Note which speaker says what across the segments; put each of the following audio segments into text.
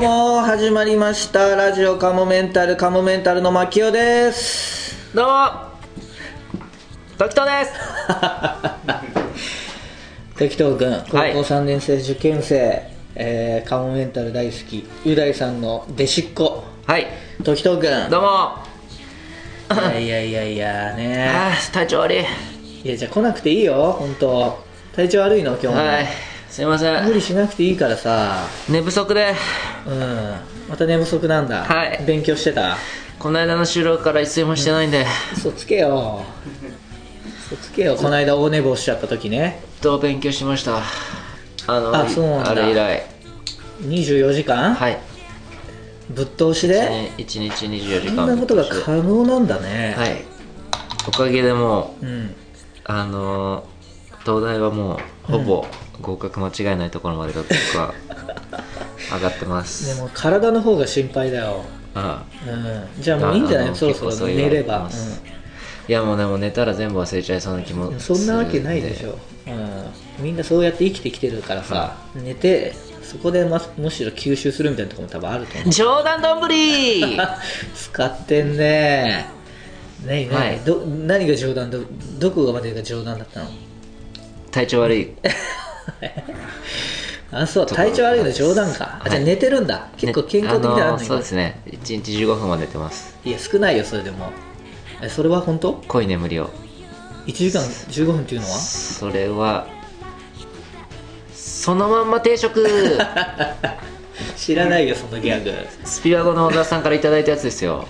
Speaker 1: も始まりましたラジオカモメンタルカモメンタルの牧雄です
Speaker 2: どうも時藤です
Speaker 1: 適当君高校
Speaker 2: はい
Speaker 1: 3年生受験生、えーカモメンタル大好きう大さんの弟子っ子
Speaker 2: はい
Speaker 1: 時藤君
Speaker 2: どうも
Speaker 1: いやいやいやいや ね
Speaker 2: あー体調悪い
Speaker 1: いやじゃあ来なくていいよ本当体調悪いの今日も、
Speaker 2: はいすいませ
Speaker 1: 無
Speaker 2: ん
Speaker 1: 理しなくていいからさ
Speaker 2: 寝不足で
Speaker 1: うんまた寝不足なんだ、
Speaker 2: はい
Speaker 1: 勉強してた
Speaker 2: この間の収録から一睡もしてないんで
Speaker 1: 嘘つけよ嘘つけよこの間大寝坊しちゃった時ね
Speaker 2: どう勉強しましたあの
Speaker 1: あそうなんだ
Speaker 2: あれ以来
Speaker 1: 24時間、
Speaker 2: はい
Speaker 1: ぶっ通しで
Speaker 2: 一日24時
Speaker 1: こ
Speaker 2: 間
Speaker 1: んなことが可能なんだね、
Speaker 2: はいおかげでもう
Speaker 1: うん
Speaker 2: あのー東大はもうほぼ合格間違いないところまで学力は上がってま
Speaker 1: ですも体の方が心配だよ、
Speaker 2: うん
Speaker 1: うん、じゃあもういいんじゃ
Speaker 2: ああ
Speaker 1: ない
Speaker 2: の
Speaker 1: そろそ
Speaker 2: 結構
Speaker 1: ろ
Speaker 2: ういうの
Speaker 1: 寝れば
Speaker 2: ありますいやもうでも寝たら全部忘れちゃいそうな気も
Speaker 1: うん
Speaker 2: す
Speaker 1: そ
Speaker 2: る
Speaker 1: んなわけないでしょ、うん、みんなそうやって生きてきてるからさ、寝てそこでまむしろ吸収するみたいなところも多分あると思う
Speaker 2: 冗談どんぶり
Speaker 1: 使ってんねね何、
Speaker 2: はい
Speaker 1: ど何が冗談どどこがまでが冗談だったの
Speaker 2: 体調悪い
Speaker 1: あそう
Speaker 2: ところ
Speaker 1: 体調悪いの冗談か、あじゃあ
Speaker 2: はい
Speaker 1: 寝てるんだ結構健康的だ
Speaker 2: ねあ
Speaker 1: な、
Speaker 2: のーそうですね1日15分は寝てます
Speaker 1: いや少ないよそれでもえそれは本当
Speaker 2: 濃い眠りを
Speaker 1: ?1 時間15分っていうのは
Speaker 2: それはそのまんま定食
Speaker 1: 知らないよそのギャグ
Speaker 2: スピワゴの小沢さんからいただいたやつですよ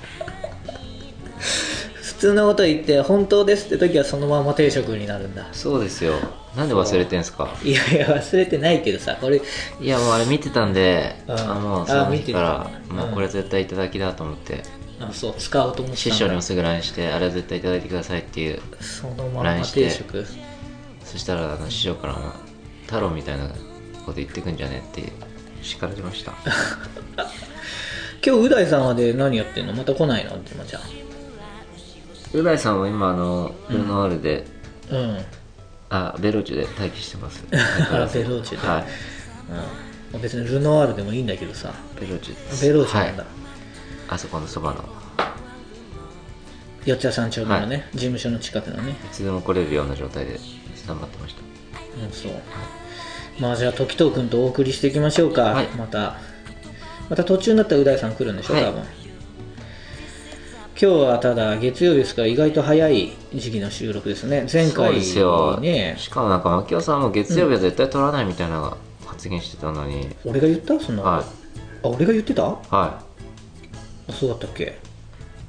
Speaker 1: 普通のこと言って本当ですって時はそのまま定食になるんだ
Speaker 2: そうですよなんで忘れてんすか
Speaker 1: いやいや忘れてないけどさこれ
Speaker 2: いやもうあれ見てたんで、
Speaker 1: うん
Speaker 2: あもうそ
Speaker 1: あ
Speaker 2: の
Speaker 1: 見て
Speaker 2: 日から
Speaker 1: た
Speaker 2: もうこれ絶対いただきだと思って、
Speaker 1: あそう使おうと思って
Speaker 2: 師
Speaker 1: たん
Speaker 2: 匠にも
Speaker 1: だ
Speaker 2: すぐ LINE してあれは絶対いただいてくださいっていう
Speaker 1: そのまま
Speaker 2: LINE して
Speaker 1: 定食
Speaker 2: そしたらあの師匠からも「太郎みたいなこと言ってくんじゃねえ」って叱られました
Speaker 1: 今日う大さんはで何やってんのまた来ないのってまちゃん
Speaker 2: う大さんは今あのルノワールで、
Speaker 1: うん、うん
Speaker 2: あベローチュで待機してます
Speaker 1: あベローチュで
Speaker 2: はい
Speaker 1: 別にルノワールでもいいんだけどさ
Speaker 2: ベローチュです
Speaker 1: ベローチェなんだ、
Speaker 2: はい、あそこのそばの
Speaker 1: 四谷三丁目のね、事務所の近くのね
Speaker 2: いつでも来れるような状態で頑張ってまし
Speaker 1: うんそうまあじゃあ時藤君とお送りしていきましょうか、
Speaker 2: はい
Speaker 1: またまた途中になったらう大さん来るんでしょ、
Speaker 2: はい
Speaker 1: 多分今日はただ月曜日ですから意外と早い時期の収録ですね前
Speaker 2: たそう
Speaker 1: 回
Speaker 2: ですよ、
Speaker 1: ね
Speaker 2: しかもなんか牧雄さんも月曜日は絶対取らないみたいな発言してたのに、
Speaker 1: 俺が言ったそんな、
Speaker 2: は
Speaker 1: あ俺が言ってたあ
Speaker 2: いは
Speaker 1: そうだったっけ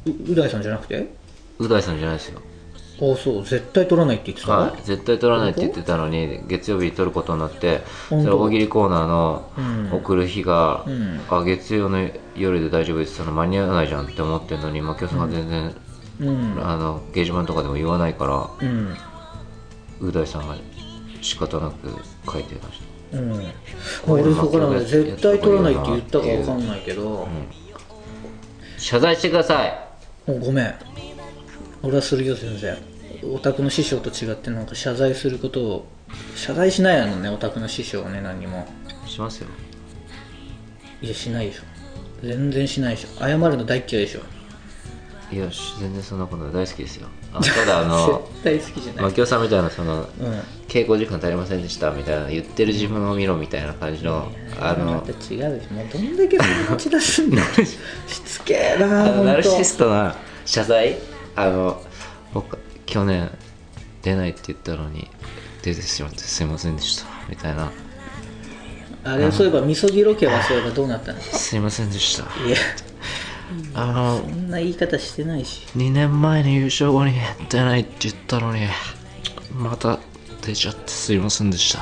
Speaker 1: うう大さんじゃなくて
Speaker 2: いう大さんじゃないですよ
Speaker 1: あそう絶対取らないって言ってた、
Speaker 2: はい、絶対取らないって言ってたのに月曜日取ることになってそ
Speaker 1: 本当
Speaker 2: れ大喜利コーナー
Speaker 1: うん
Speaker 2: の送る日が、
Speaker 1: うん
Speaker 2: あ月曜の夜で大丈夫ですその間に合わないじゃんって思ってるのに槙尾さんが全然、
Speaker 1: うん
Speaker 2: あの掲示板とかでも言わないから
Speaker 1: うん
Speaker 2: う大さんが仕方なく書いてまし
Speaker 1: うん、
Speaker 2: こういう
Speaker 1: 俺
Speaker 2: の
Speaker 1: そこから
Speaker 2: こういうやつ
Speaker 1: 絶対取らないって言ったかわかんないけど、
Speaker 2: た謝罪してください
Speaker 1: もうごめん俺はするよ全然オタクの師匠と違ってなんか謝罪することを謝罪しないやろねオタクの師匠はね何にも
Speaker 2: しますよ
Speaker 1: いやしないでしょ全然しないでしょ謝るの大っ嫌いでしょ
Speaker 2: いやし全然そんなことない大好きですよ あただあの
Speaker 1: 絶対好きじゃない、
Speaker 2: 槙尾さんみたいなその
Speaker 1: うん
Speaker 2: 稽古時間足りませんでしたみたいな言ってる自分を見ろみたいな感じのあ
Speaker 1: ま
Speaker 2: の
Speaker 1: た違うでしょもうどんだけそんな持ち出すん だしつけえな
Speaker 2: あの
Speaker 1: 本
Speaker 2: ナルシ
Speaker 1: 当
Speaker 2: ストな謝罪あの僕去年出ないって言ったのに出てしまってすいませんでしたみたいな
Speaker 1: あれそういえばみそぎロケはそういえばどうなったのい
Speaker 2: すいませんでした
Speaker 1: や
Speaker 2: あ
Speaker 1: そ
Speaker 2: の
Speaker 1: んな言い方してないし
Speaker 2: 2年前に優勝後に出ないって言ったのにまた出ちゃってすいませんでした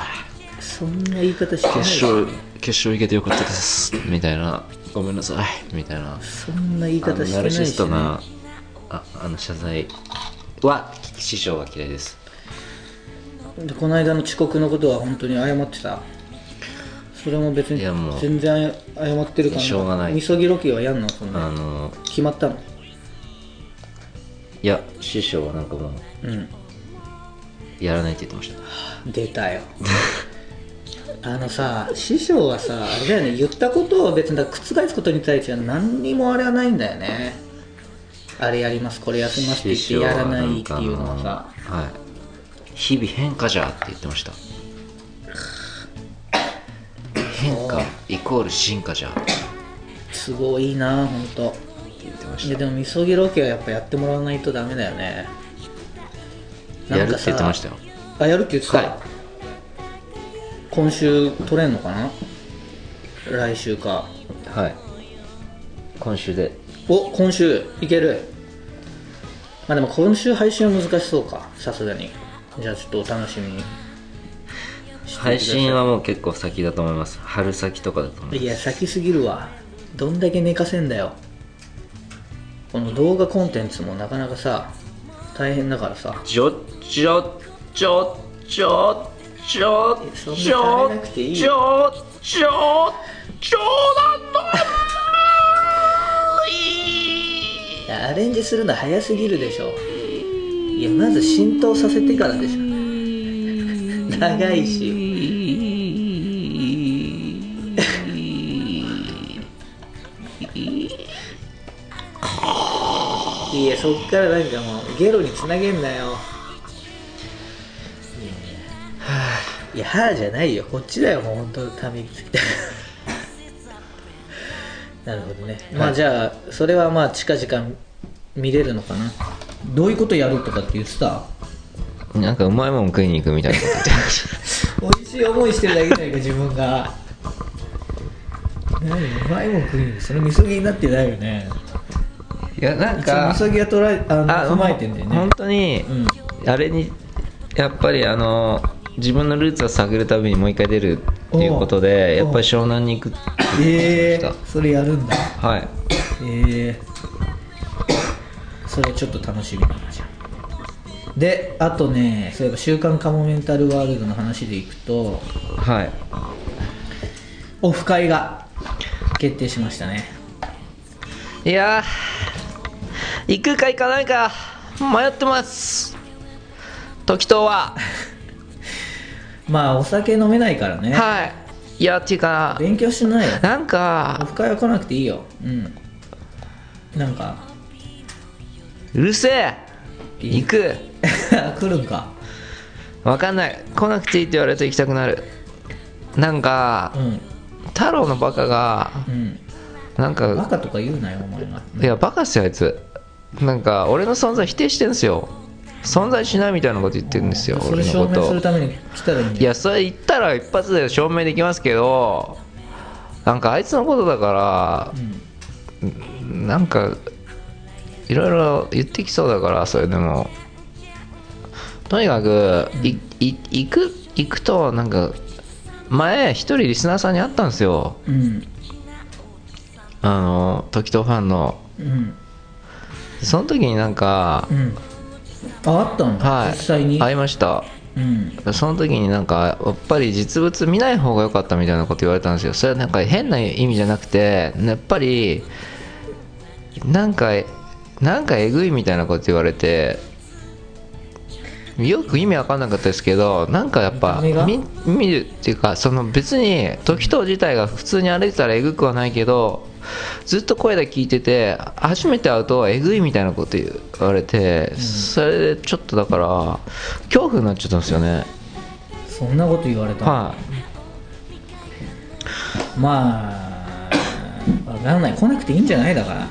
Speaker 1: そんな言い方してないし
Speaker 2: 決勝決勝行けてよかったですみたいなごめんなさいみたいな
Speaker 1: そんな言い
Speaker 2: あの
Speaker 1: 方して
Speaker 2: ナ
Speaker 1: な
Speaker 2: ル
Speaker 1: いし、
Speaker 2: シ
Speaker 1: ね、
Speaker 2: ストなああの謝罪は師匠が嫌いです
Speaker 1: でこの間の遅刻のことは本当に謝ってたそれも別に
Speaker 2: いやもう
Speaker 1: 全然謝ってるから
Speaker 2: しょうがない
Speaker 1: みそぎロケはやんのそんな
Speaker 2: あの
Speaker 1: 決まったの
Speaker 2: いや師匠はなんかもう
Speaker 1: うん
Speaker 2: やらないって言ってました
Speaker 1: 出たよ あのさ師匠はさあれだよね言ったことを別にだから覆すことに対しては何にもあれはないんだよねあれやりますこれ休ませて
Speaker 2: 師
Speaker 1: 言って
Speaker 2: 匠
Speaker 1: やら
Speaker 2: は
Speaker 1: な
Speaker 2: ない
Speaker 1: っ
Speaker 2: ん
Speaker 1: て
Speaker 2: かあ
Speaker 1: いうの
Speaker 2: の
Speaker 1: はさ
Speaker 2: はい日々変化じゃって言ってました変化イコール進化じゃって
Speaker 1: すごいな本当。
Speaker 2: 言ってま
Speaker 1: い
Speaker 2: し
Speaker 1: やでもみそぎロケはやっぱやってもらわないとダメだよね
Speaker 2: たやるって言ってましたよ
Speaker 1: あやるって言ってた、
Speaker 2: はい
Speaker 1: 今週取れんのかな来週か
Speaker 2: はい今週で
Speaker 1: お今週いけるまあでも今週配信は難しそうかさすがにじゃあちょっとお楽しみにして
Speaker 2: 配信はもう結構先だと思います春先とかだと思い
Speaker 1: い
Speaker 2: ま
Speaker 1: や先すぎるわどんだけ寝かせんだよこの動画コンテンツもなかなかさ大変だからさ
Speaker 2: すちょちょちょちょちょち
Speaker 1: そん
Speaker 2: ょ
Speaker 1: な
Speaker 2: ち
Speaker 1: 垂
Speaker 2: ょ
Speaker 1: れなくていい
Speaker 2: ちょちょちょだと
Speaker 1: いやアレンジするの早すぎるでしょいやまず浸透させてからでしょ長いしいやそっからなんかもうゲロにつなげんなよいやはあじゃないよこっちだよもう本当ため息つきたなるほどね、まあじゃあそれはまあ近々見れるのかなどういうことやるとかって言ってた
Speaker 2: なんかうまいもん食いに行くみたいなこと言ってました
Speaker 1: 美味しい思いしてるだけじゃないか自分が何うまいもん食いにそれみそぎになってないよね
Speaker 2: いやなんか
Speaker 1: みそぎは捉えあの踏まえてんだよね
Speaker 2: 本当に、あれにやっぱりあの自分のルーツを探るたびにもう一回出るっていうことで
Speaker 1: おう
Speaker 2: やっぱり湘南に行く
Speaker 1: え
Speaker 2: そうで
Speaker 1: ー、それやるんだ
Speaker 2: はい
Speaker 1: えー、それちょっと楽しみだなじゃあであとねそういえば「週刊カモメンタルワールド」の話でいくと
Speaker 2: はい
Speaker 1: オフ会が決定しましたね
Speaker 2: いやー行くか行かないか迷ってます時藤は
Speaker 1: まあお酒飲めないからね
Speaker 2: はいいやっていうか
Speaker 1: 勉強しないよ
Speaker 2: なん
Speaker 1: オ
Speaker 2: か
Speaker 1: フ会は来なくていいようんなんか
Speaker 2: うるせえ行く
Speaker 1: 来るんか
Speaker 2: わかんない来なくていいって言われると行きたくなるなんか
Speaker 1: うん
Speaker 2: 太郎のバカが
Speaker 1: うん
Speaker 2: なん
Speaker 1: バ
Speaker 2: か
Speaker 1: カとか言うなよお前が
Speaker 2: いやバカっすよあいつなんか俺の存在否定してんすよ存在しないみたいなこと言ってるんですよ
Speaker 1: それ
Speaker 2: 俺の
Speaker 1: 証
Speaker 2: こと
Speaker 1: 明する
Speaker 2: を
Speaker 1: ために来たらいいん
Speaker 2: い
Speaker 1: だよ
Speaker 2: やそれ言ったら一発で証明できますけどなんかあいつのことだか
Speaker 1: うん
Speaker 2: らなんかいろいろ言ってきそうだからそれでもとにかくいい行く行くとなんか前一人リスナーさんに会ったんですよ
Speaker 1: うん
Speaker 2: あの時とファンの
Speaker 1: うん
Speaker 2: その時になんか、
Speaker 1: うんああったの、
Speaker 2: はい、
Speaker 1: 実際に、
Speaker 2: 会いました
Speaker 1: うん
Speaker 2: その時になんかやっぱり実物見ない方が良かったみたいなこと言われたんですよそれはなんか変な意味じゃなくてやっぱりなんかなんかえぐいみたいなこと言われてよく意味わかんなかったですけどなんかやっぱ
Speaker 1: 見た目
Speaker 2: 見見るっていうかその別に時藤自体が普通に歩いてたらえぐくはないけどずっと声で聞いてて初めて会うとえぐいみたいなこと言われてそれでちょっとだから恐怖になっちゃったんですよね
Speaker 1: そんなこと言われた、
Speaker 2: はい
Speaker 1: まあわかんない来なくていいんじゃないだから、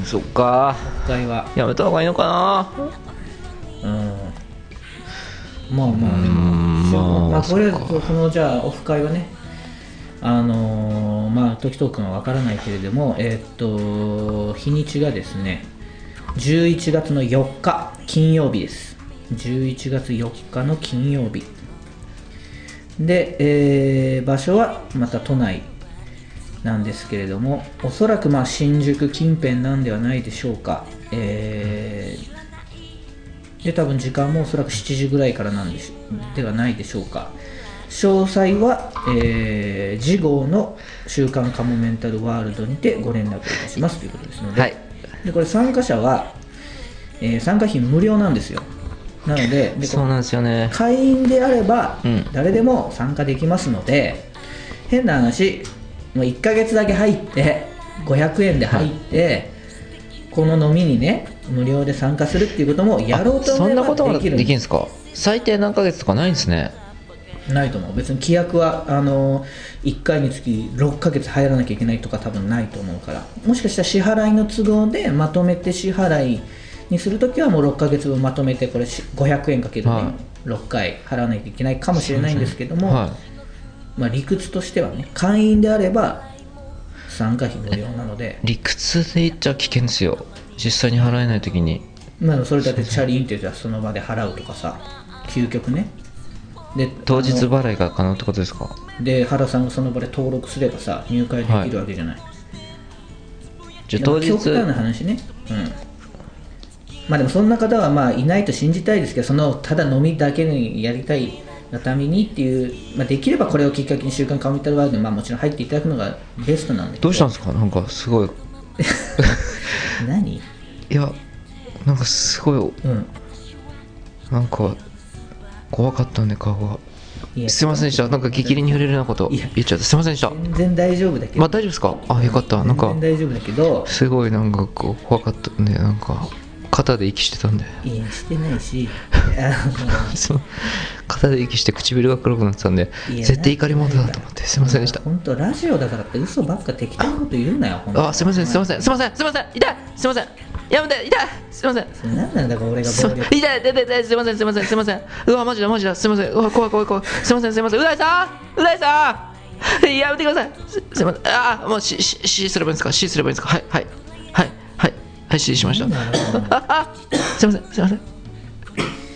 Speaker 1: うん、
Speaker 2: そっか
Speaker 1: オフ会は
Speaker 2: やめた方がいいのかな
Speaker 1: まあまあで
Speaker 2: うん
Speaker 1: も、
Speaker 2: ま
Speaker 1: ま
Speaker 2: あ
Speaker 1: あ、とりあえずこのじゃあオフ会はねあのーまあ時藤君はわからないけれどもえーっと日にちがですね11月の4日金曜日です11月4日の金曜日で、えー場所はまた都内なんですけれどもおそらくまあ新宿近辺なんではないでしょうか、えー、で多分時間もおそらく7時ぐらいからなんでしではないでしょうか詳細は、えー、次号の「週刊カモメンタルワールド」にてご連絡いたしますということですので,、
Speaker 2: はい
Speaker 1: でこれ参加者は、えー参加費無料なんですよなのでで
Speaker 2: そうなんですよね
Speaker 1: 会員であれば
Speaker 2: うん
Speaker 1: 誰でも参加できますので、変な話もう1ヶ月だけ入って500円で入って、この飲みにね無料で参加するっていうこともやろうと
Speaker 2: そ
Speaker 1: 思え
Speaker 2: んなこと
Speaker 1: ば
Speaker 2: も
Speaker 1: でき
Speaker 2: できる
Speaker 1: る
Speaker 2: んですか最低何ヶ月とかないんですね
Speaker 1: ないと思う別に規約はあの1回につき6ヶ月入らなきゃいけないとか多分ないと思うからもしかしたら支払いの都合でまとめて支払いにするときはもう6ヶ月分まとめてこれし500円かけるね、
Speaker 2: は
Speaker 1: 6回払わないといけないかもしれないんですけども、
Speaker 2: は
Speaker 1: まあ、理屈としてはね会員であれば参加費無料なので、
Speaker 2: い、理屈で言っちゃ危険ですよ実際に払えない時に
Speaker 1: まあ、それだってチャリンってじゃあその場で払うとかさ究極ねで
Speaker 2: 当日
Speaker 1: あの
Speaker 2: 払いが可能ってことですか
Speaker 1: で原さんがその場で登録すればさ入会できるわけじゃない、
Speaker 2: じゃあ当日
Speaker 1: 極端な話ねうんまあでもそんな方はまあいないと信じたいですけどそのただ飲みだけにやりたいがためにっていう、まあ、できればこれをきっかけに「週刊カウンターワールド」まあもちろん入っていただくのがベストなんで
Speaker 2: どうしたんですかなんかすごい
Speaker 1: 何
Speaker 2: いやなんかすごい
Speaker 1: うん
Speaker 2: なんか怖かったんで顔が
Speaker 1: いや
Speaker 2: すいませんでしたなんか激励に触れるようなこと
Speaker 1: いや
Speaker 2: 言っちゃったすいませんでした
Speaker 1: 全然大丈夫だけど、
Speaker 2: まあ大丈夫ですかあよかったなんか
Speaker 1: 全然大丈夫だけど
Speaker 2: すごいなんかこう怖かったんでなんか肩で息してたんで
Speaker 1: いやしてないし
Speaker 2: そう肩で息して唇が黒くなってたんで
Speaker 1: いや
Speaker 2: 絶対怒り者だと思ってすいませんでした
Speaker 1: 本当ラジオだからって嘘ばっか適当なこと言うなよほんと
Speaker 2: あすいませんすいませんすいませんすいません痛いすいませんやめて痛いすいません
Speaker 1: それ何なんだか俺が
Speaker 2: そ
Speaker 1: 暴
Speaker 2: 痛
Speaker 1: 力
Speaker 2: い痛い痛い痛いすいませんすいませんすいませんうわマジだマジだすいませんうわ怖い怖い怖いすいませんすいませんう大さんう大さんやめてくださいすすいませんああもうしししすればいいんですかしすればいいんですかはいはいはいはいはいししました
Speaker 1: 何なんだろうな
Speaker 2: ああすいませんすいません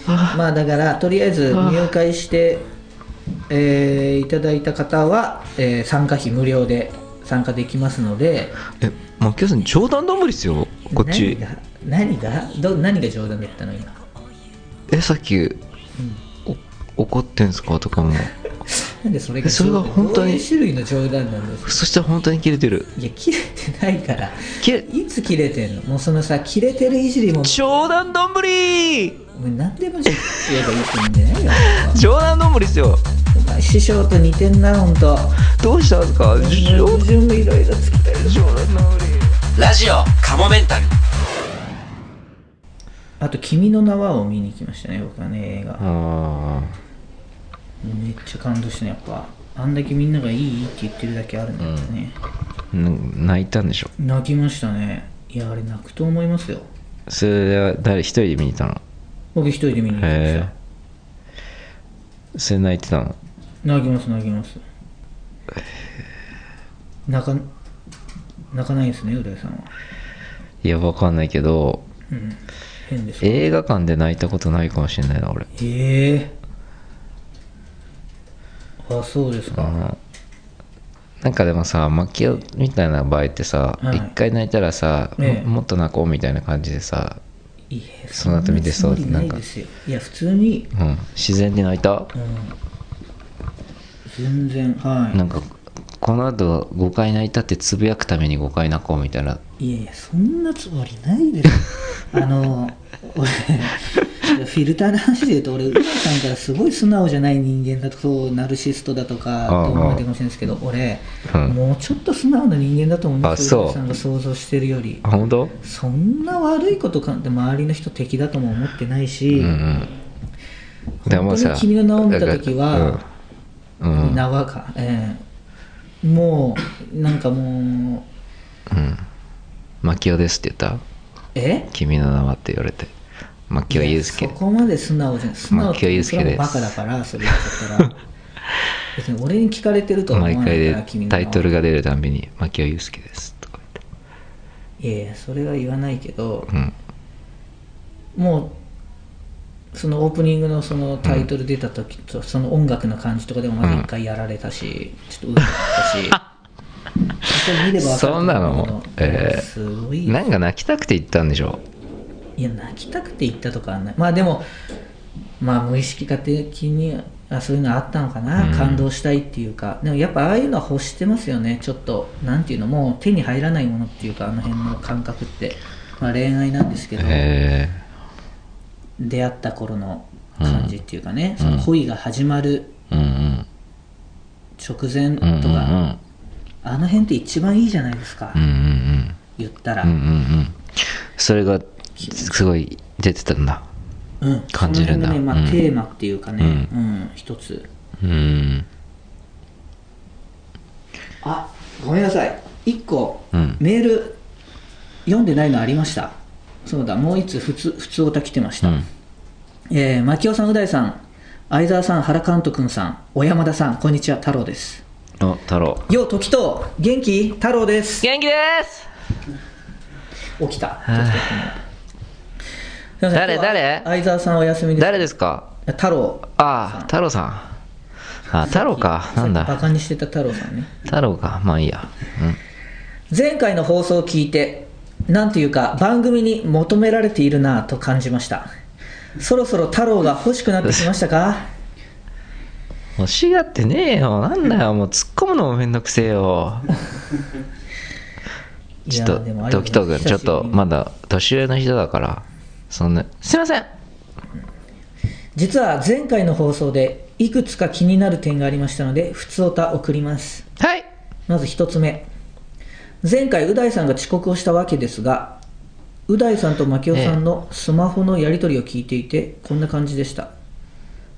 Speaker 1: まあだからとりあえず入会して、えーいただいた方は、えー参加費無料で参加できますので
Speaker 2: えマキオさん冗談どんぶりっすよこっち
Speaker 1: 何が何がど何が冗談だったの今
Speaker 2: えさっき、お怒ってんすかとかも
Speaker 1: なんでそれが
Speaker 2: それが
Speaker 1: 冗談
Speaker 2: 本
Speaker 1: ど
Speaker 2: 当に
Speaker 1: ういう種類の冗談なんですか
Speaker 2: そしたら本当にキレてる
Speaker 1: いや切れてないから
Speaker 2: キレ
Speaker 1: いつ切れてんのもうそのさ切れてるいじりも
Speaker 2: 冗談どんぶり
Speaker 1: お前何でも言えばいいって言うんじゃないよ
Speaker 2: 冗談どんぶりっすよ
Speaker 1: お前師匠と似てんなほんと
Speaker 2: どうしたんですか冗
Speaker 1: 矛盾もいろいろつきたい
Speaker 2: 冗談どんぶり
Speaker 3: ラジオカモメンタル
Speaker 1: あと「君の名は」を見に来ましたね僕はね映画
Speaker 2: あ
Speaker 1: めっちゃ感動したねやっぱあんだけみんながいいいいって言ってるだけあるんだよね、
Speaker 2: あ泣いたんでしょ
Speaker 1: 泣きましたねいやあれ泣くと思いますよ
Speaker 2: それは誰一人で見に行ったの
Speaker 1: 僕一人で見に行きまし
Speaker 2: へ
Speaker 1: た
Speaker 2: えそれ泣いてたの
Speaker 1: 泣きます泣きます泣か泣かないですねう大さんはい
Speaker 2: やわかんないけど
Speaker 1: うん変ですね
Speaker 2: 映画館で泣いたことないかもしれないな俺
Speaker 1: ええあそうです
Speaker 2: う
Speaker 1: か
Speaker 2: んなんかでもさ負けみたいな場合ってさ一、
Speaker 1: はい
Speaker 2: 回泣いたらさ、
Speaker 1: ええ
Speaker 2: ももっと泣こうみたいな感じでさ、
Speaker 1: いや
Speaker 2: その後見てそう
Speaker 1: そんなつもりないですよいや普通に、
Speaker 2: うん、自然に泣いた、
Speaker 1: うん、全然はい
Speaker 2: なんかこの後5回泣いたってつぶやくために5回泣こうみたいない
Speaker 1: やいや、そんなつもりないです。 あの、俺、フィルターの話で言うと、俺、うまさんからすごい素直じゃない人間だと、そうナルシストだとか、
Speaker 2: ああ
Speaker 1: と思われてるかもしれないですけど、俺、
Speaker 2: うん
Speaker 1: もうちょっと素直な人間だと思います
Speaker 2: あそう
Speaker 1: うさんが想像してるより
Speaker 2: あ。本当
Speaker 1: そんな悪いことかって周りの人敵だとも思ってないし、
Speaker 2: うんうんでも
Speaker 1: 本当に君の名を見た時は
Speaker 2: だからうんうん
Speaker 1: 縄か、ええもう、なんかも
Speaker 2: うんマキオですって言った
Speaker 1: う、え
Speaker 2: 君の名はって言われてマキオユウスケ
Speaker 1: そこまで素直じゃん素直
Speaker 2: まあ清
Speaker 1: って
Speaker 2: 祐介です
Speaker 1: バカだからそれ言っちゃったら別に俺に聞かれてるとは思わな
Speaker 2: 毎
Speaker 1: いか
Speaker 2: 回
Speaker 1: ら
Speaker 2: で
Speaker 1: 君の
Speaker 2: タイトルが出るたんびに「マキオユウスケです」とか
Speaker 1: いやいやそれは言わないけど
Speaker 2: 言って
Speaker 1: もうそのオープニングのそのタイトル出た時と、その音楽の感じとかでもまだ一回やられたし、ちょっとうざかったしそれ見れば分かると思
Speaker 2: そんなのええ
Speaker 1: すご
Speaker 2: う
Speaker 1: い
Speaker 2: んなんか泣きたくて言ったんでしょ
Speaker 1: いや泣きたくて行ったとかはないまあでもまあ無意識化的にあそういうのあったのかな、
Speaker 2: うん
Speaker 1: 感動したいっていうかでもやっぱああいうのは欲してますよねちょっとなんていうのもう手に入らないものっていうかあの辺の感覚って、まあ、恋愛なんですけど、
Speaker 2: へ
Speaker 1: 出会った頃の感じっていうかね、
Speaker 2: うん
Speaker 1: その恋が始まる
Speaker 2: うん
Speaker 1: 直前と
Speaker 2: う
Speaker 1: か、
Speaker 2: んうんうんうん
Speaker 1: あの辺って一番いいじゃないですか、
Speaker 2: うんうん
Speaker 1: 言ったら、
Speaker 2: うんうんうんそれがすごい出てたんだ
Speaker 1: うん
Speaker 2: 感じるんだ
Speaker 1: その辺がね、ま
Speaker 2: う
Speaker 1: あ、
Speaker 2: ん
Speaker 1: テーマっていうかね、うん一つ
Speaker 2: うん
Speaker 1: あごめんなさい一個、
Speaker 2: うん
Speaker 1: メール読んでないのありましたそうだもう一つ普通普通おた来てまし
Speaker 2: う
Speaker 1: た、
Speaker 2: ん
Speaker 1: えー、牧尾さん、う大さん、相沢さん、原監督さん、小山田さん、こんにちは、太郎です。
Speaker 2: お太郎
Speaker 1: よう、時と、元気太郎です。
Speaker 2: 元気です
Speaker 1: 起きた。
Speaker 2: あ
Speaker 1: すいません
Speaker 2: 誰
Speaker 1: 今日は
Speaker 2: 誰
Speaker 1: 相沢さんお休みです。
Speaker 2: 誰ですか
Speaker 1: 太郎。
Speaker 2: ああ太郎さんあ太郎かなん
Speaker 1: バ
Speaker 2: だ
Speaker 1: カにしてた太郎さんね。
Speaker 2: 太郎かまあいいや
Speaker 1: 前回の放送を聞いて、なんというか番組に求められているなぁと感じました。そろそろ太郎が欲しくなってきましたか
Speaker 2: 欲しがってねえよなんだよもう突っ込むのもめんどくせえよ ちょっ
Speaker 1: いやーでもあ
Speaker 2: と
Speaker 1: りが
Speaker 2: 時
Speaker 1: とう
Speaker 2: と
Speaker 1: ござい
Speaker 2: 君
Speaker 1: ます
Speaker 2: ちょっとまだ年上の人だからそんなすいません
Speaker 1: 実は前回の放送でいくつか気になる点がありましたので普通歌送ります
Speaker 2: はい
Speaker 1: まず1つ目前回う大さんが遅刻をしたわけですがう大さんと牧雄さんのスマホのやり取りを聞いていてこんな感じでした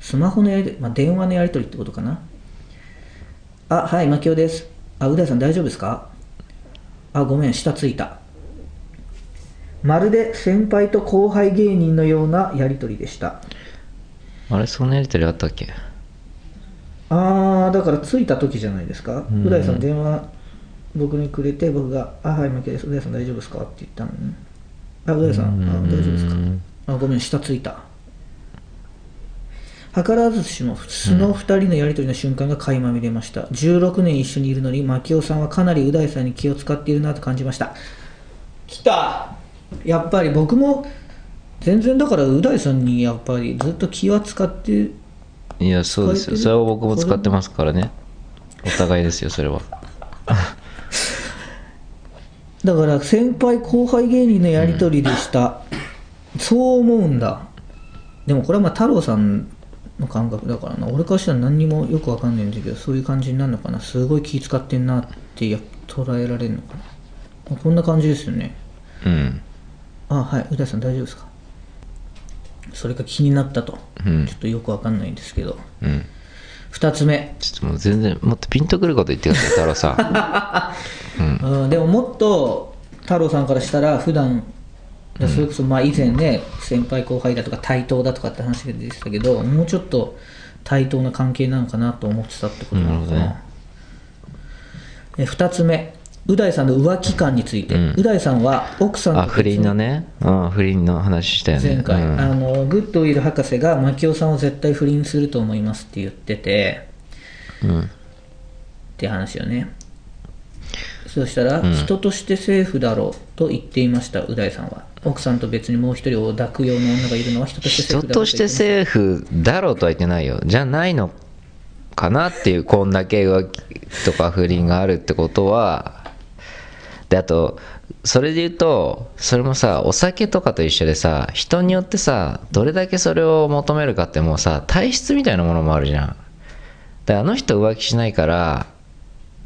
Speaker 1: スマホのやり取り、まあ、電話のやり取りってことかなあはい牧雄ですあう大さん大丈夫ですかあごめん下ついたまるで先輩と後輩芸人のようなやり取りでした
Speaker 2: あれそんなやりとりあったっけ
Speaker 1: ああだから着いた時じゃないですか
Speaker 2: ん
Speaker 1: う大、さん電話僕にくれて僕が「あはい負けですう大さん大丈夫ですか?」って言ったのねあう大さんあ
Speaker 2: うん
Speaker 1: 大丈夫ですかあごめん下着いた図らずしも素の2人のやり取りの瞬間が垣間見れました、16年一緒にいるのに牧雄さんはかなりう大さんに気を使っているなと感じました来たやっぱり僕も全然だからう大さんにやっぱりずっと気は使って
Speaker 2: いやそうですよそれは僕も使ってますからねお互いですよそれは
Speaker 1: だから先輩後輩芸人のやり取りで した、そう思うんだでもこれはまあ太郎さんの感覚だからな俺からしたら何にもよくわかんないんだけどそういう感じになるのかなすごい気使ってんなってや捉えられるのかなこんな感じですよね
Speaker 2: うん
Speaker 1: あはい宇田さん大丈夫ですかそれが気になったと、
Speaker 2: うん
Speaker 1: ちょっとよくわかんないんですけど
Speaker 2: うん
Speaker 1: 2つ目、
Speaker 2: ちょっともう全然もっとピンとくること言ってください太郎 さ
Speaker 1: うん、でももっと太郎さんからしたら普段それこそまあ以前ね先輩後輩だとか対等だとかって話が出てたけどもうちょっと対等な関係なのかなと思ってたってことなのかな
Speaker 2: なるほ
Speaker 1: え2つ目う大さんの浮気感について
Speaker 2: うん
Speaker 1: う大、さんは奥さん
Speaker 2: ん
Speaker 1: と
Speaker 2: あ不倫のねうん不倫の話したよね
Speaker 1: 前回、
Speaker 2: うん
Speaker 1: あのグッドウィル博士が牧雄さんを絶対不倫すると思いますって言ってて
Speaker 2: うん
Speaker 1: って話よねそしたら、人としてセーフだろうと言っていましたう大さんは奥さんと別にもう一人を抱くような女がいるのは人としてセー
Speaker 2: 人
Speaker 1: フだろ
Speaker 2: と
Speaker 1: う
Speaker 2: して
Speaker 1: 言ってまし
Speaker 2: 政府だろうとは言ってないよじゃないのかなっていうこんだけ浮気とか不倫があるってことはであとそれで言うとそれもさお酒とかと一緒でさ人によってさどれだけそれを求めるかってもうさ体質みたいなものもあるじゃんであの人浮気しないから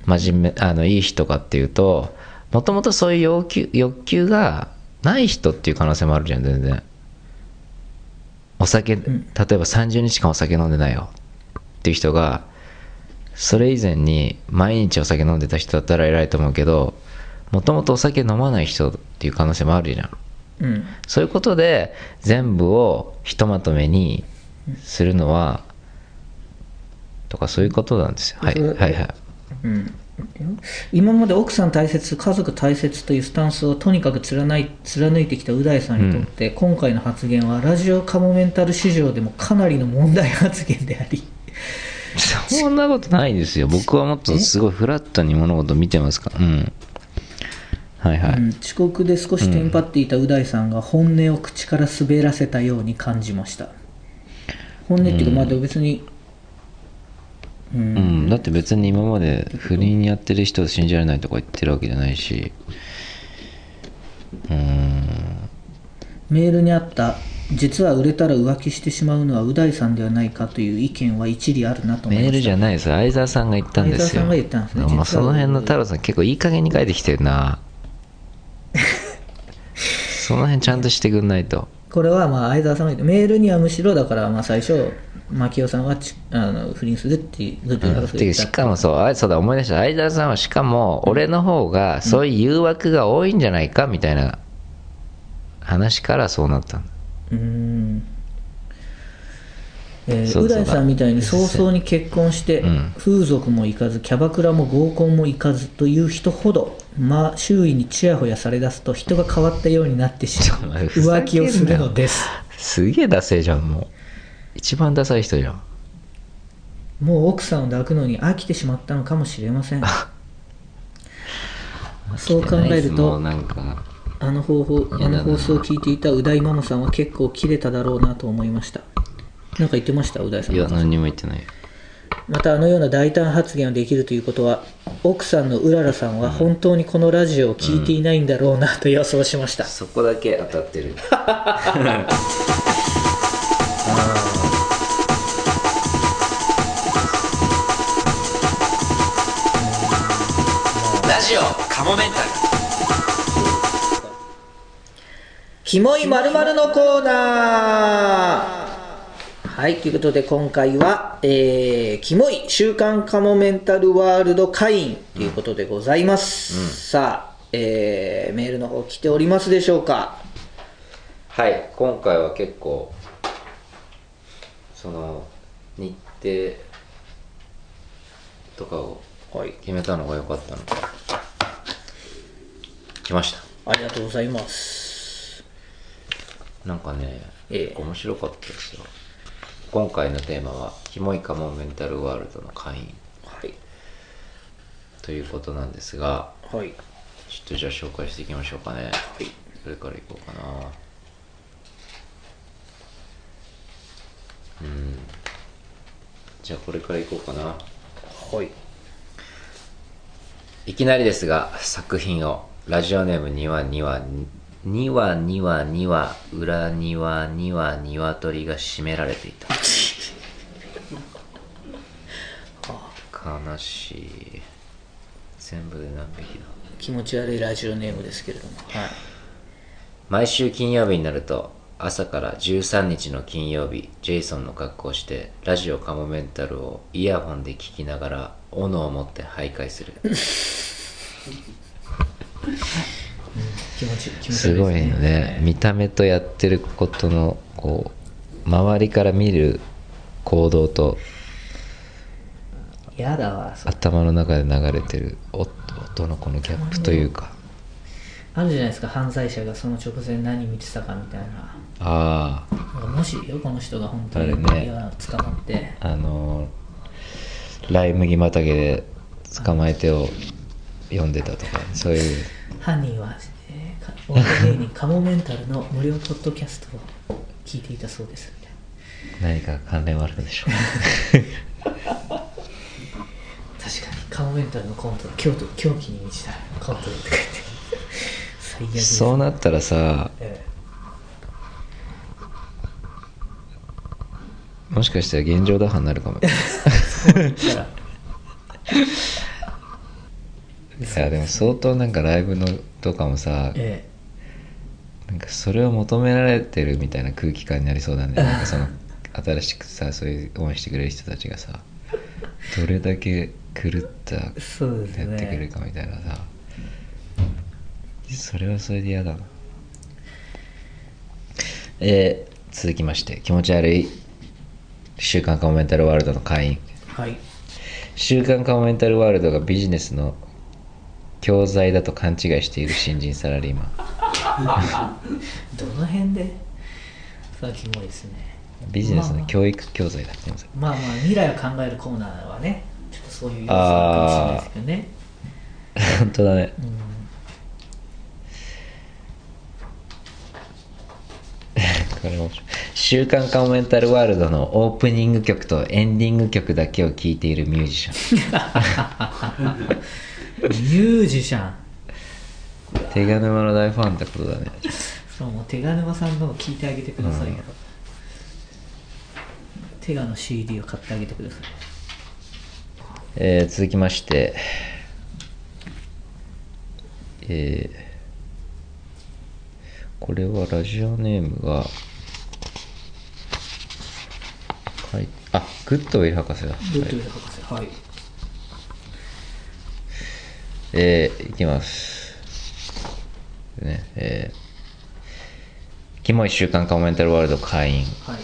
Speaker 2: 真面目あのいい人かっていうともともとそういう要求欲求がない人っていう可能性もあるじゃん全然お酒例えば30日間お酒飲んでないよっていう人がそれ以前に毎日お酒飲んでた人だったら偉いと思うけどもともとお酒飲まない人っていう可能性もあるじゃん
Speaker 1: うん
Speaker 2: そういうことで全部をひとまとめにするのはとかそういうことなんですよはい
Speaker 1: うん
Speaker 2: はいはい
Speaker 1: うん、今まで奥さん大切、家族大切というスタンスをとにかく貫い貫いてきたう大さんにとって、今回の発言はラジオカモメンタル史上でもかなりの問題発言であり、
Speaker 2: そんなことないですよ僕はもっとすごいフラットに物事見てますからうんはいは
Speaker 1: う
Speaker 2: い、
Speaker 1: ん遅刻で少しテンパっていたう大さんが本音を口から滑らせたように感じました。本音っていうか、まあでも別に、
Speaker 2: うん、だって別に今まで不倫やってる人を信じられないとか言ってるわけじゃないしうーん
Speaker 1: メールにあった実は売れたら浮気してしまうのはう大さんではないかという意見は一理あるなと思いました
Speaker 2: メールじゃないです相沢さんが言ったんです
Speaker 1: 相
Speaker 2: よ
Speaker 1: 沢さんが言ったんですね
Speaker 2: もう
Speaker 1: 実は
Speaker 2: その辺の太郎さん結構いい加減に書いてきて るなその辺ちゃんとしてくんないと
Speaker 1: これはまあ相沢さんが言ってメールにはむしろだからまあ最初牧雄さんはちあの不倫するっていうずっと言
Speaker 2: ていうしかもそうあそうだ思い出した相沢さんはしかも俺の方がそういう誘惑が多いんじゃないかみたいな話からそうなったんだ
Speaker 1: うーんえー
Speaker 2: そうそう
Speaker 1: う大さんみたいに早々に結婚して、
Speaker 2: うん
Speaker 1: 風俗も行かずキャバクラも合コンも行かずという人ほど、まあ、周囲にちやほやされだすと人が変わったようになってしま
Speaker 2: ちょ
Speaker 1: う
Speaker 2: っと待って
Speaker 1: 浮気をするのです
Speaker 2: すげえダセえじゃんもう一番ダサい人じゃん
Speaker 1: もう奥さんを抱くのに飽きてしまったのかもしれま せんそう考える
Speaker 2: も
Speaker 1: と
Speaker 2: うなんか
Speaker 1: あの方法、あの放送を聞いていたう大ママさんは結構切れただろうなと思いました。なんか言ってました、う大さん
Speaker 2: い。や何にも言ってないよ
Speaker 1: またあのような大胆発言をできるということは、奥さんのうららさんは本当にこのラジオを聞いていないんだろうなと予想しました。
Speaker 2: そこだけ当たってる
Speaker 3: ラジオカモメンタル
Speaker 1: キモいまるのコーナーはい、ということで今回は、えー、キモい週刊カモメンタルワールド会員ということでございます。さあ、えー、メールの方来ておりますでしょうか
Speaker 2: はい今回は結構その日程とかを
Speaker 1: はい、
Speaker 2: 決めたのが良かったの来ました
Speaker 1: ありがとうございます。
Speaker 2: なんかね、
Speaker 1: ええ
Speaker 2: 面白かったですよ今回のテーマは「キモいかもメンタルワールドの会員
Speaker 1: はい、」
Speaker 2: ということなんですが
Speaker 1: はい、
Speaker 2: ちょっとじゃあ紹介していきましょうかねそれからいこうかなうんじゃあこれからいこうかな
Speaker 1: はい、
Speaker 2: いきなりですが作品をラジオネームにはにはにはにはには裏にはには鶏が閉められていた悲しい全部で何匹だ
Speaker 1: 気持ち悪いラジオネームですけれども、はい、
Speaker 2: 毎週金曜日になると朝から13日の金曜日ジェイソンの格好をしてラジオカモメンタルをイヤホンで聞きながら斧を持って徘徊する
Speaker 1: 気持ち、気持ち悪いです
Speaker 2: すごいよね見た目とやってることのこう周りから見る行動と
Speaker 1: やだわ、そ
Speaker 2: 頭の中で流れてる音音のこのギャップというか
Speaker 1: あるじゃないですか、犯罪者がその直前何見てたかみたいな。
Speaker 2: ああ
Speaker 1: なんかもしよ、この人が本当に
Speaker 2: あれね
Speaker 1: いや捕まって、
Speaker 2: あのーライ麦またげで捕まえてを読んでたとかそういう
Speaker 1: 犯人は、えーか、女芸人カモメンタルの無料ポッドキャストを聞いていたそうですみたいな。
Speaker 2: 何か関連はあるんで しょう
Speaker 1: 確かにカモメンタルのコント京都狂気に満ちたコントだって書いて最悪です
Speaker 2: そうなったらさ
Speaker 1: え
Speaker 2: もしかしたら現状打破になる かもいやでも相当なんかライブのとかもさ
Speaker 1: え え
Speaker 2: なんかそれを求められてるみたいな空気感になりそうだねなんかその新しくさそういう応援してくれる人たちがさどれだけ狂ったやっ
Speaker 1: えそうです
Speaker 2: てくる
Speaker 1: ね
Speaker 2: かみたいなさそれはそれで嫌だなえー続きまして気持ち悪い「週刊カモメンタルワールド」の会員
Speaker 1: はい
Speaker 2: 週刊カモメンタルワールドがビジネスの教材だと勘違いしている新人サラリーマン
Speaker 1: どの辺でさあキモいですね
Speaker 2: ビジネスの教育教材だってます
Speaker 1: まあまあ未来を考えるコーナーはねちょっとそういう要素あるかもしれないですけどね
Speaker 2: 本当だねこれも「週刊カモメンタルワールド」のオープニング曲とエンディング曲だけを聴いているミュージシャ
Speaker 1: う
Speaker 2: ン
Speaker 1: んミュージシャン
Speaker 2: 手賀沼の大ファンってことだね
Speaker 1: そうもう手賀沼さんのを聞いてあげてくださいよ、手賀の CD を買ってあげてください
Speaker 2: えー続きまして、えーこれはラジオネームが、はい、あ、グッドウィル博士だ。
Speaker 1: グッドウェル博士はい
Speaker 2: えーいきます。ね、えー、キモい週刊カモメンタルワールド会員。
Speaker 1: はい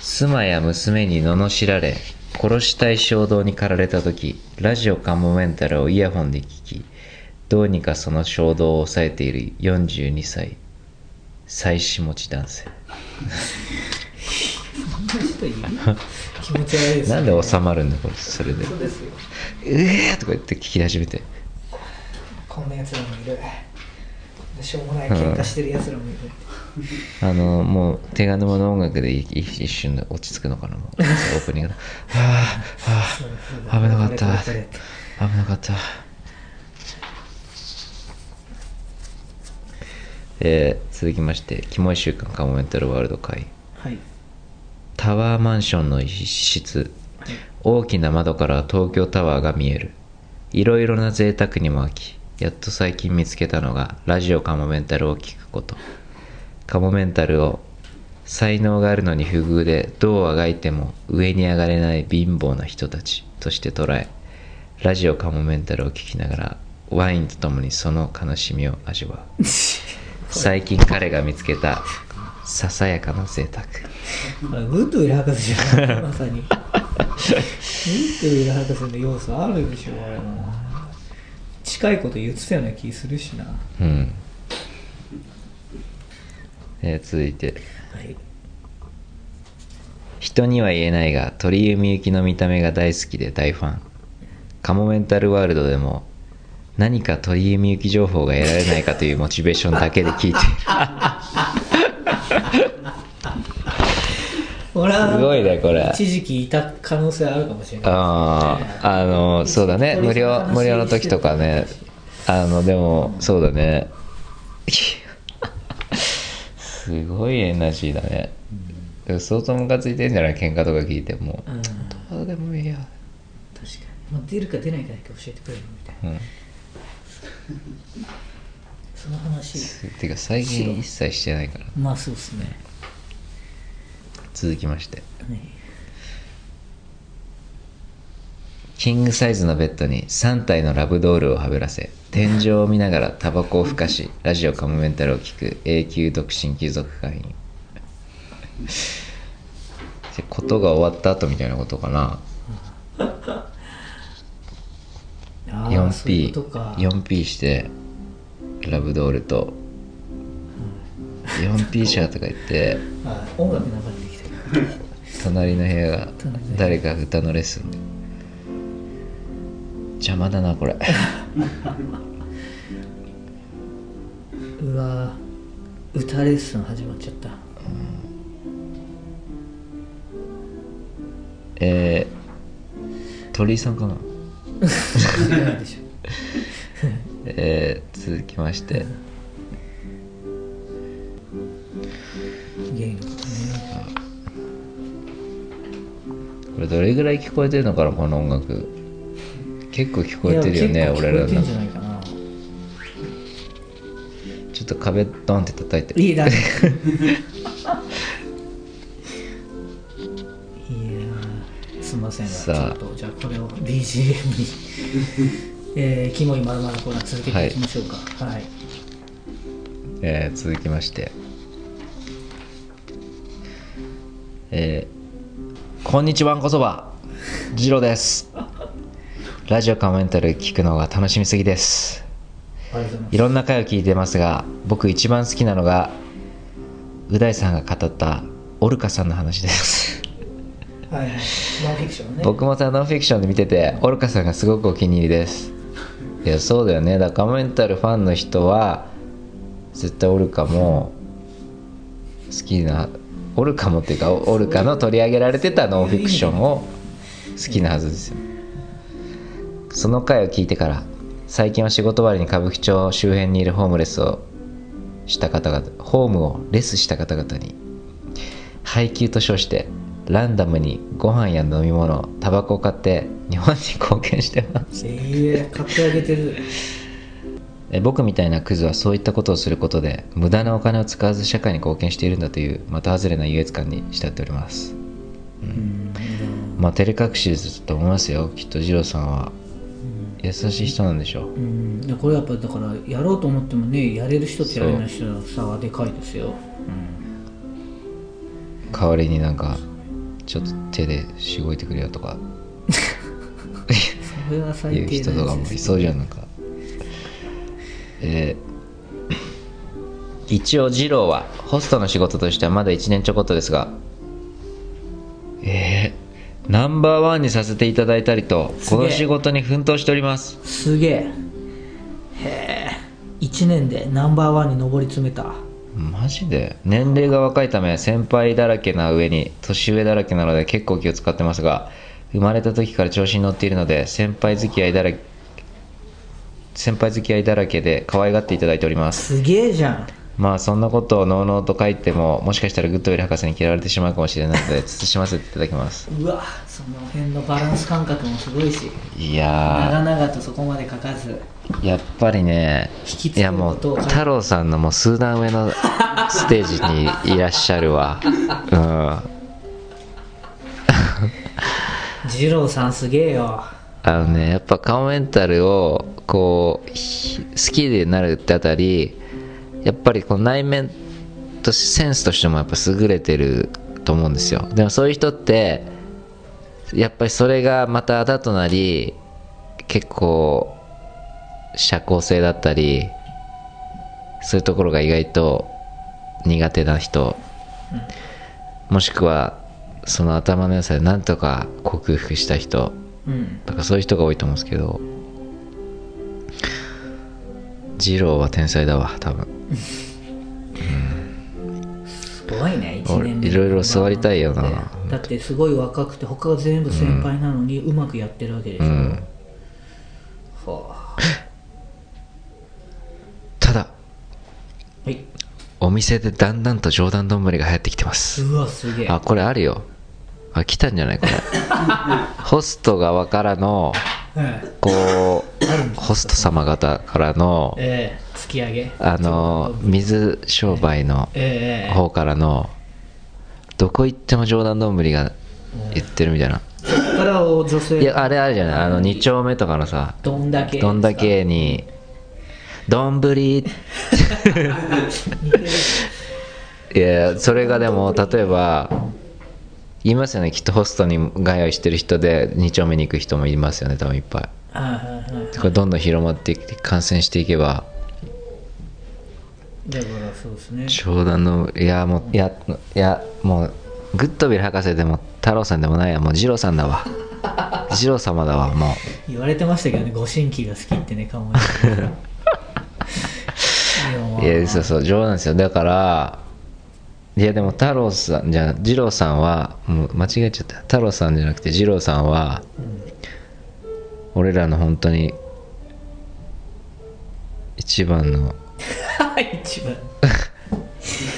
Speaker 2: 妻や娘に罵られ殺したい衝動に駆られた時ラジオカモメンタルをイヤホンで聞きどうにかその衝動を抑えている42歳妻子持ち男性
Speaker 1: そんな人いる気持ち悪いですね
Speaker 2: なんで収まるんだこれそれで
Speaker 1: そうですよ
Speaker 2: 「うえー!」とか言って聞き始めて
Speaker 1: こんなやつらもいるでしょうもない喧嘩してるやつらもいる、
Speaker 2: あのもう手賀沼の音楽でいい一瞬で落ち着くのかなもうオープニングの「はあはあ危なかった
Speaker 1: これこれこ
Speaker 2: 危なかった」えー続きまして「キモい週間カモメンタルワールド会
Speaker 1: はい」
Speaker 2: タワーマンションの一室 大きな窓から東京タワーが見えるいろいろな贅沢にも飽きやっと最近見つけたのがラジオカモメンタルを聞くことカモメンタルを才能があるのに不遇でどうあがいても上に上がれない貧乏な人たちとして捉えラジオカモメンタルを聞きながらワインとともにその悲しみを味わう最近彼が見つけたささやかな贅沢
Speaker 1: あれグッドウィル博士じゃんまさにグッドウィル博士の要素あるでしょあれも近いこと言ってたような気するしなは
Speaker 2: うん、えー続いて
Speaker 1: い
Speaker 2: 人には言えないが鳥居みゆきの見た目が大好きで大ファンカモメンタルワールドでも何か鳥居みゆき情報が得られないかというモチベーションだけで聞いている
Speaker 1: 俺は
Speaker 2: すごいねこれ
Speaker 1: 一時期いた可能性あるかもしれない
Speaker 2: あーあのそうだね無料無料の時とかねあのでもそうだねすごいエナジーだねでも相当ムカついてんじゃない喧嘩とか聞いても
Speaker 1: うん確か
Speaker 2: どうでもいいや
Speaker 1: に、まあ、出るか出ないかだけ教えてくれるみたいな
Speaker 2: うん
Speaker 1: その話
Speaker 2: てか最近一切してないから
Speaker 1: まあそうっすね
Speaker 2: 続きまして
Speaker 1: ね
Speaker 2: キングサイズのベッドに3体のラブドールをはべらせ天井を見ながらタバコをふかしラジオカモメンタルを聞く永久独身貴族会員でことが終わった後みたいなことかな
Speaker 1: ああそういう
Speaker 2: 4P
Speaker 1: ことか
Speaker 2: 4P してラブドールと 4P シャーとか言って
Speaker 1: あ音楽流れてきた
Speaker 2: 隣の部屋が誰か歌のレッスンで邪魔だ なこれ
Speaker 1: うわー歌レッスン始まっちゃ った
Speaker 2: えー、鳥居さんかな
Speaker 1: 知らないでしょ
Speaker 2: えー、続きまして
Speaker 1: ゲイのことね
Speaker 2: これどれぐらい聞こえてるのかなこの音楽結構聞こえてるよ
Speaker 1: い
Speaker 2: ね
Speaker 1: や結構
Speaker 2: 俺ら
Speaker 1: 聞こえてん
Speaker 2: の
Speaker 1: じゃないかな
Speaker 2: ちょっと壁ドンって叩いて
Speaker 1: いいだいやーすいません
Speaker 2: さ
Speaker 1: が
Speaker 2: あ
Speaker 1: ちょっとじゃあこれを BGM にえー、キモいまるまるコーナー続けていきましょうかはい、
Speaker 2: えー続きまして、えーこんにちはんこそばジロですラジオカモメンタル聞くのが楽しみすぎです
Speaker 1: ありがとうござ
Speaker 2: い
Speaker 1: い
Speaker 2: ろんな回を聞いてますが僕一番好きなのがう大さんが語ったオルカさんの話です
Speaker 1: ますはいはいノンフィクションね
Speaker 2: 僕もさノンフィクションで見ててオルカさんがすごくお気に入りですいやそうだよねだからカモメンタルファンの人は絶対オルカも好きなオルカもっていうかオオルカの取り上げられてたノンフィクションを好きなはずですよその回を聞いてから最近は仕事終わりに歌舞伎町周辺にいるホームレスをした方々ホームをレスした方々に配給と称してランダムにご飯や飲み物タバコを買って日本に貢献してます
Speaker 1: ええ買ってあげてる
Speaker 2: え僕みたいなクズはそういったことをすることで無駄なお金を使わず社会に貢献しているんだという的外れな優越感に慕っております
Speaker 1: うん
Speaker 2: まあ照れ隠しですと思いますよきっと二郎さんは優しい人なんでしょう
Speaker 1: うんでこれやっぱだからやろうと思ってもねやれる人とやれない人の差はでかいですよ
Speaker 2: 代わりになんかちょっと手でしごいてくれよとか
Speaker 1: それは最低
Speaker 2: いう人とかもいそうじゃんなんかえー 一応二郎はホストの仕事としてはまだ1年ちょこっとですがえーナンバーワンにさせていただいたりと
Speaker 1: す
Speaker 2: こ
Speaker 1: げえ
Speaker 2: の仕事に奮闘しております
Speaker 1: すげえへえ1年でナンバーワンに上り詰めた
Speaker 2: マジで年齢が若いため先輩だらけな上に年上だらけなので結構気を使ってますが生まれた時から調子に乗っているので先輩付き合いだらけ先輩付き合いだらけで可愛がっていただいております
Speaker 1: すげえじゃん
Speaker 2: まあそんなことをのうのうと書いてももしかしたらグッドウィル博士に嫌われてしまうかもしれないので慎ませていただきます
Speaker 1: うわその辺のバランス感覚もすごいし
Speaker 2: いや
Speaker 1: 長々とそこまで書かず
Speaker 2: ーやっぱりね
Speaker 1: 引きつ
Speaker 2: い
Speaker 1: け
Speaker 2: や
Speaker 1: る
Speaker 2: も
Speaker 1: こ
Speaker 2: う
Speaker 1: とを書いて
Speaker 2: 太郎さんのもう数段上のステージにいらっしゃるわうん
Speaker 1: 二郎さんすげえよ
Speaker 2: あのねやっぱカモメンタルをこうひ好きになるってあたりやっぱりこう内面としセンスとしてもやっぱ優れてると思うんですよでもそういう人ってやっぱりそれがまたあだとなり結構社交性だったりそういうところが意外と苦手な人もしくはその頭の良さでなんとか克服した人
Speaker 1: うん
Speaker 2: だからそういう人が多いと思うんですけど二郎は天才だわ多分
Speaker 1: すごいね1
Speaker 2: 俺
Speaker 1: 年で
Speaker 2: いろいろ教わりたいよな
Speaker 1: だってすごい若くて他が全部先輩なのにうまくやってるわけでしょ、
Speaker 2: うん
Speaker 1: はあ
Speaker 2: ただ
Speaker 1: はい
Speaker 2: お店でだんだんと冗談どんぶりが流行ってきてます
Speaker 1: うわすげえ
Speaker 2: あこれあるよあ来たんじゃないこれホスト側からの
Speaker 1: うん
Speaker 2: こうホスト様方からの
Speaker 1: ええ突き上げ
Speaker 2: あの水商売の
Speaker 1: ええ
Speaker 2: 方からのどこ行っても冗談どんぶりが言ってるみたいな
Speaker 1: そっからを女性
Speaker 2: いやあれあるじゃないあの2丁目とかのさ
Speaker 1: どんだけ
Speaker 2: どんだけに「どんぶり」いやそれがでも例えば言いますよねきっとホストに外来してる人で2丁目に行く人もいますよね多分いっぱい
Speaker 1: はいはいはい
Speaker 2: これどんどん広まっていって感染していけば
Speaker 1: だからそうですね
Speaker 2: 冗談のいやもういやいやもうグッドビル博士でも太郎さんでもないやもう二郎さんだわ二郎様だわもう
Speaker 1: 言われてましたけどねご新規が好きってねかも
Speaker 2: いやそうそう冗談ですよだからいやでも太郎さんじゃあ二郎さんはもう間違えちゃった太郎さんじゃなくて二郎さんは、俺らの本当に一番の
Speaker 1: 一番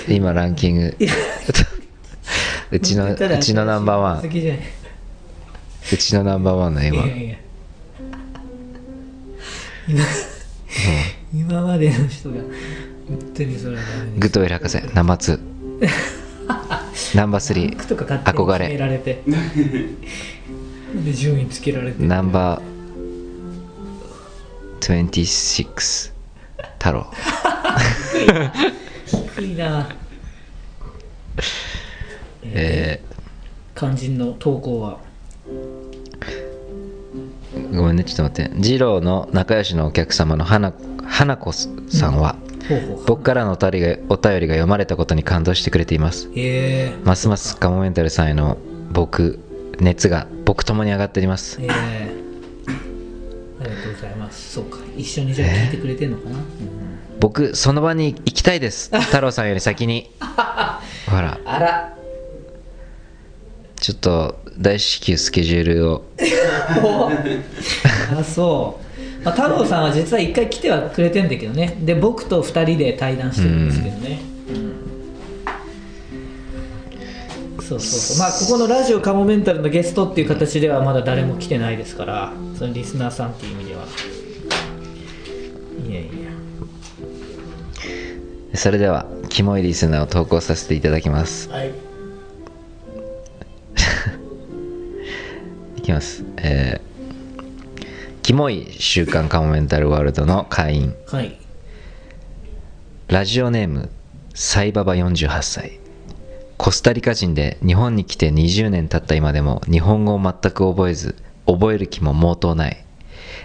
Speaker 2: 今ランキングうちのうちのナンバーワ
Speaker 1: 好
Speaker 2: ン
Speaker 1: きじゃないう
Speaker 2: ちのナンバーワンの
Speaker 1: い
Speaker 2: 今
Speaker 1: やいや今今までの人が本当にそれはダメで
Speaker 2: グッドウェル博士ナンバー2ナンバースリ
Speaker 1: 服
Speaker 2: ー
Speaker 1: とか勝手に
Speaker 2: 憧れ
Speaker 1: 決められてで順位つけられて
Speaker 2: ナンバー26太郎
Speaker 1: 低いな
Speaker 2: え
Speaker 1: 肝心の投稿は
Speaker 2: ーごめんねちょっと待って二郎の仲良しのお客様の花花子さんは、
Speaker 1: 方法
Speaker 2: 僕からのお便りがお便りが読まれたことに感動してくれています
Speaker 1: ええ
Speaker 2: ますますカモメンタルさんへの僕熱が僕ともに上がっております
Speaker 1: ええありがとうございますそうか一緒にじゃあ聞いてくれてんのかな、うん
Speaker 2: 僕その場に行きたいです太郎さんより先にほら
Speaker 1: あら
Speaker 2: ちょっと大至急スケジュールを
Speaker 1: あそうまあ、太郎さんは実は一回来てはくれてんだけどねで僕と二人で対談してるんですけどね、うんそうそうそうまあここの「ラジオカモメンタル」のゲストっていう形ではまだ誰も来てないですからそのリスナーさんっていう意味ではいやいや
Speaker 2: それではキモいリスナーを投稿させていただきます
Speaker 1: はい
Speaker 2: いきますえーキモい週刊カモメンタルワールドの会員
Speaker 1: はい
Speaker 2: ラジオネームサイババ48歳コスタリカ人で日本に来て20年経った今でも日本語を全く覚えず覚える気も毛頭ない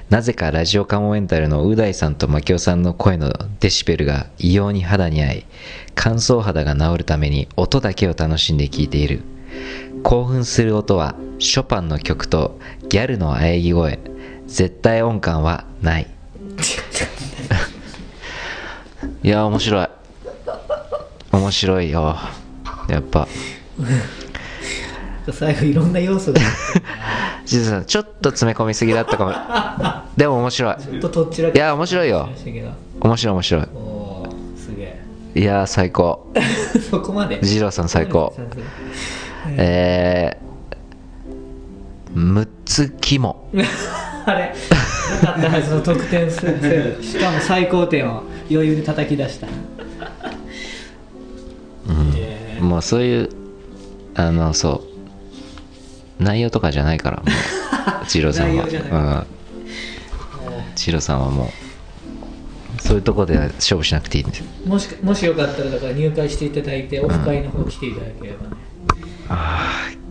Speaker 2: なぜかラジオカモメンタルのう大さんとマキオさんの声のデシベルが異様に肌に合い乾燥肌が治るために音だけを楽しんで聴いている興奮する音はショパンの曲とギャルの喘ぎ声絶対音感はないいやー面白い面白いよやっぱ
Speaker 1: 最後いろんな要素が
Speaker 2: 実はちょっと詰め込みすぎだったかもでも面白い
Speaker 1: ちょっととっちら
Speaker 2: いやー面白いよ
Speaker 1: ましたけど
Speaker 2: 面白い面白い
Speaker 1: おおーすげえ
Speaker 2: いやー最高
Speaker 1: そこまで
Speaker 2: 二郎さん最高えー、6つ肝
Speaker 1: あれなかったはずの得点数しかも最高点を余裕で叩き出した、え
Speaker 2: もうそういうあのそう内容とかじゃないからもう二郎さん
Speaker 1: 内容じゃ
Speaker 2: はうん二郎さんはもうそういうとこで勝負しなくていいんですよ
Speaker 1: ーもしもしよかったらだから入会していただいてオフ会の方来ていただければね
Speaker 2: あー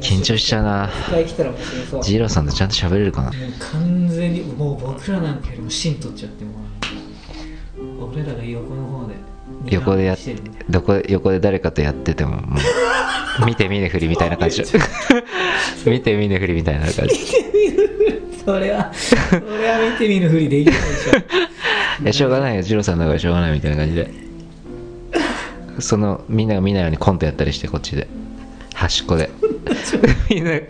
Speaker 2: 緊張しちゃうな
Speaker 1: オフ会来たら面白そう
Speaker 2: 二郎さんとちゃんと喋れるかな
Speaker 1: もう完全にもう僕らなんかよりも芯取っちゃってもう俺らが横の方で
Speaker 2: 横でやっ
Speaker 1: してるんで
Speaker 2: どこ横で誰かとやっててももう見て見ぬふりみたいな感じ見て見ぬふりみたいな感じ
Speaker 1: それはそれは見て見ぬふりできないでしょ
Speaker 2: いやしょうがないよ二郎さんの方がしょうがないみたいな感じでそのみんなが見ないようにコントやったりしてこっちで端っこでみんないや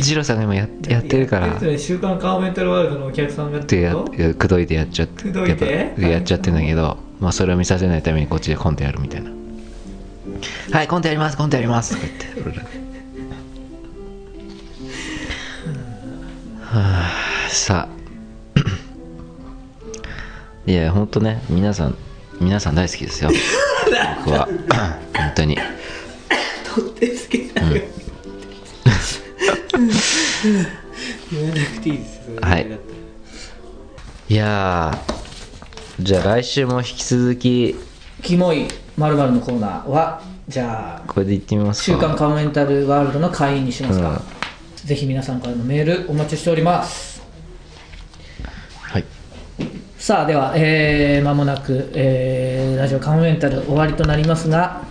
Speaker 2: 二郎さんが今ややってるから
Speaker 1: やってるね週刊カーメンタルワールドのお客さんがっ
Speaker 2: って
Speaker 1: る
Speaker 2: や
Speaker 1: の
Speaker 2: や口説いてやっちゃって
Speaker 1: 口説いて
Speaker 2: やっぱやっちゃってんだけど、まあ、それを見させないためにこっちでコントやるみたいな「はいコントやりますコントやります」とか言って俺らはあさあ いやほんとね皆さん皆さん大好きですよ僕は本当に
Speaker 1: とってつけだよ、言わなくていいですよ
Speaker 2: はいいやーじゃあ来週も引き続き
Speaker 1: キモいまるのコーナーはじゃあ
Speaker 2: これでいってみますか
Speaker 1: 週刊カーメンタルワールドの会員にしますか、ぜひ皆さんからのメールお待ちしております
Speaker 2: はい
Speaker 1: さあでは、えー、間もなく、えーラジオカモメンタル終わりとなりますが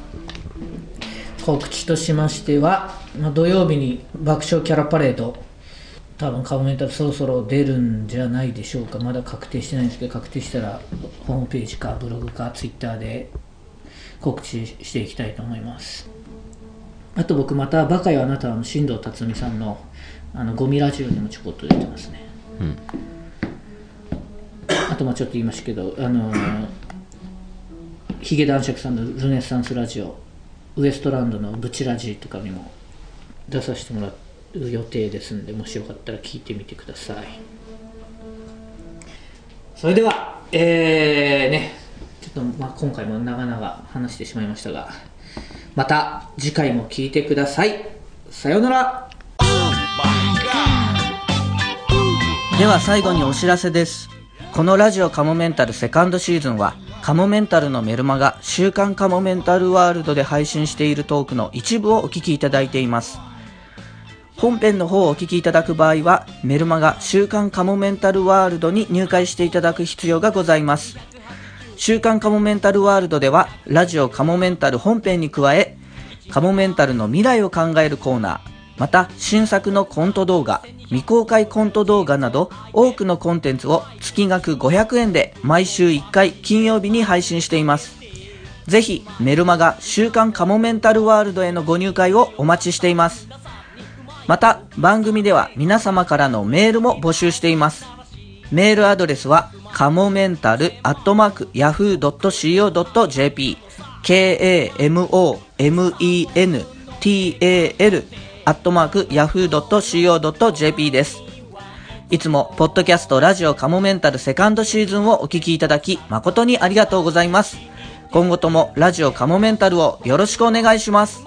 Speaker 1: 告知としましては、まあ、土曜日に爆笑キャラパレード多分カモメンタルそろそろ出るんじゃないでしょうかまだ確定してないんですけど確定したらホームページかブログかツイッターで告知していきたいと思いますあと僕また「バカよあなたは」の新藤辰巳さんのあのゴミラジオにもちょこっと出てますねあとまあちょっと言いましたけど、あのーヒゲ男爵さんのルネッサンスラジオ、ウエストランドのブチラジとかにも出させてもらう予定ですんで、もしよかったら聞いてみてください。それでは、えー、ね、ちょっとまあ今回も長々話してしまいましたが、また次回も聞いてください。さようなら
Speaker 4: では最後にお知らせです。このラジオカモメンタルセカンドシーズンは、カモメンタルのメルマガ、週刊カモメンタルワールドで配信しているトークの一部をお聞きいただいています。本編の方をお聞きいただく場合は、メルマガ、週刊カモメンタルワールドに入会していただく必要がございます。週刊カモメンタルワールドでは、ラジオカモメンタル本編に加え、カモメンタルの未来を考えるコーナー、また新作のコント動画、未公開コント動画など多くのコンテンツを月額500円で毎週1回金曜日に配信しています。ぜひメルマガ週刊カモメンタルワールドへのご入会をお待ちしています。また番組では皆様からのメールも募集しています。メールアドレスは、かもメンタルアットマーク yahoo.co.jp、k-a-m-o-m-e-n-t-a-l アットマーク yahoo.co.jp です。いつも、ポッドキャストラジオカモメンタルセカンドシーズンをお聞きいただき、誠にありがとうございます。今後ともラジオカモメンタルをよろしくお願いします。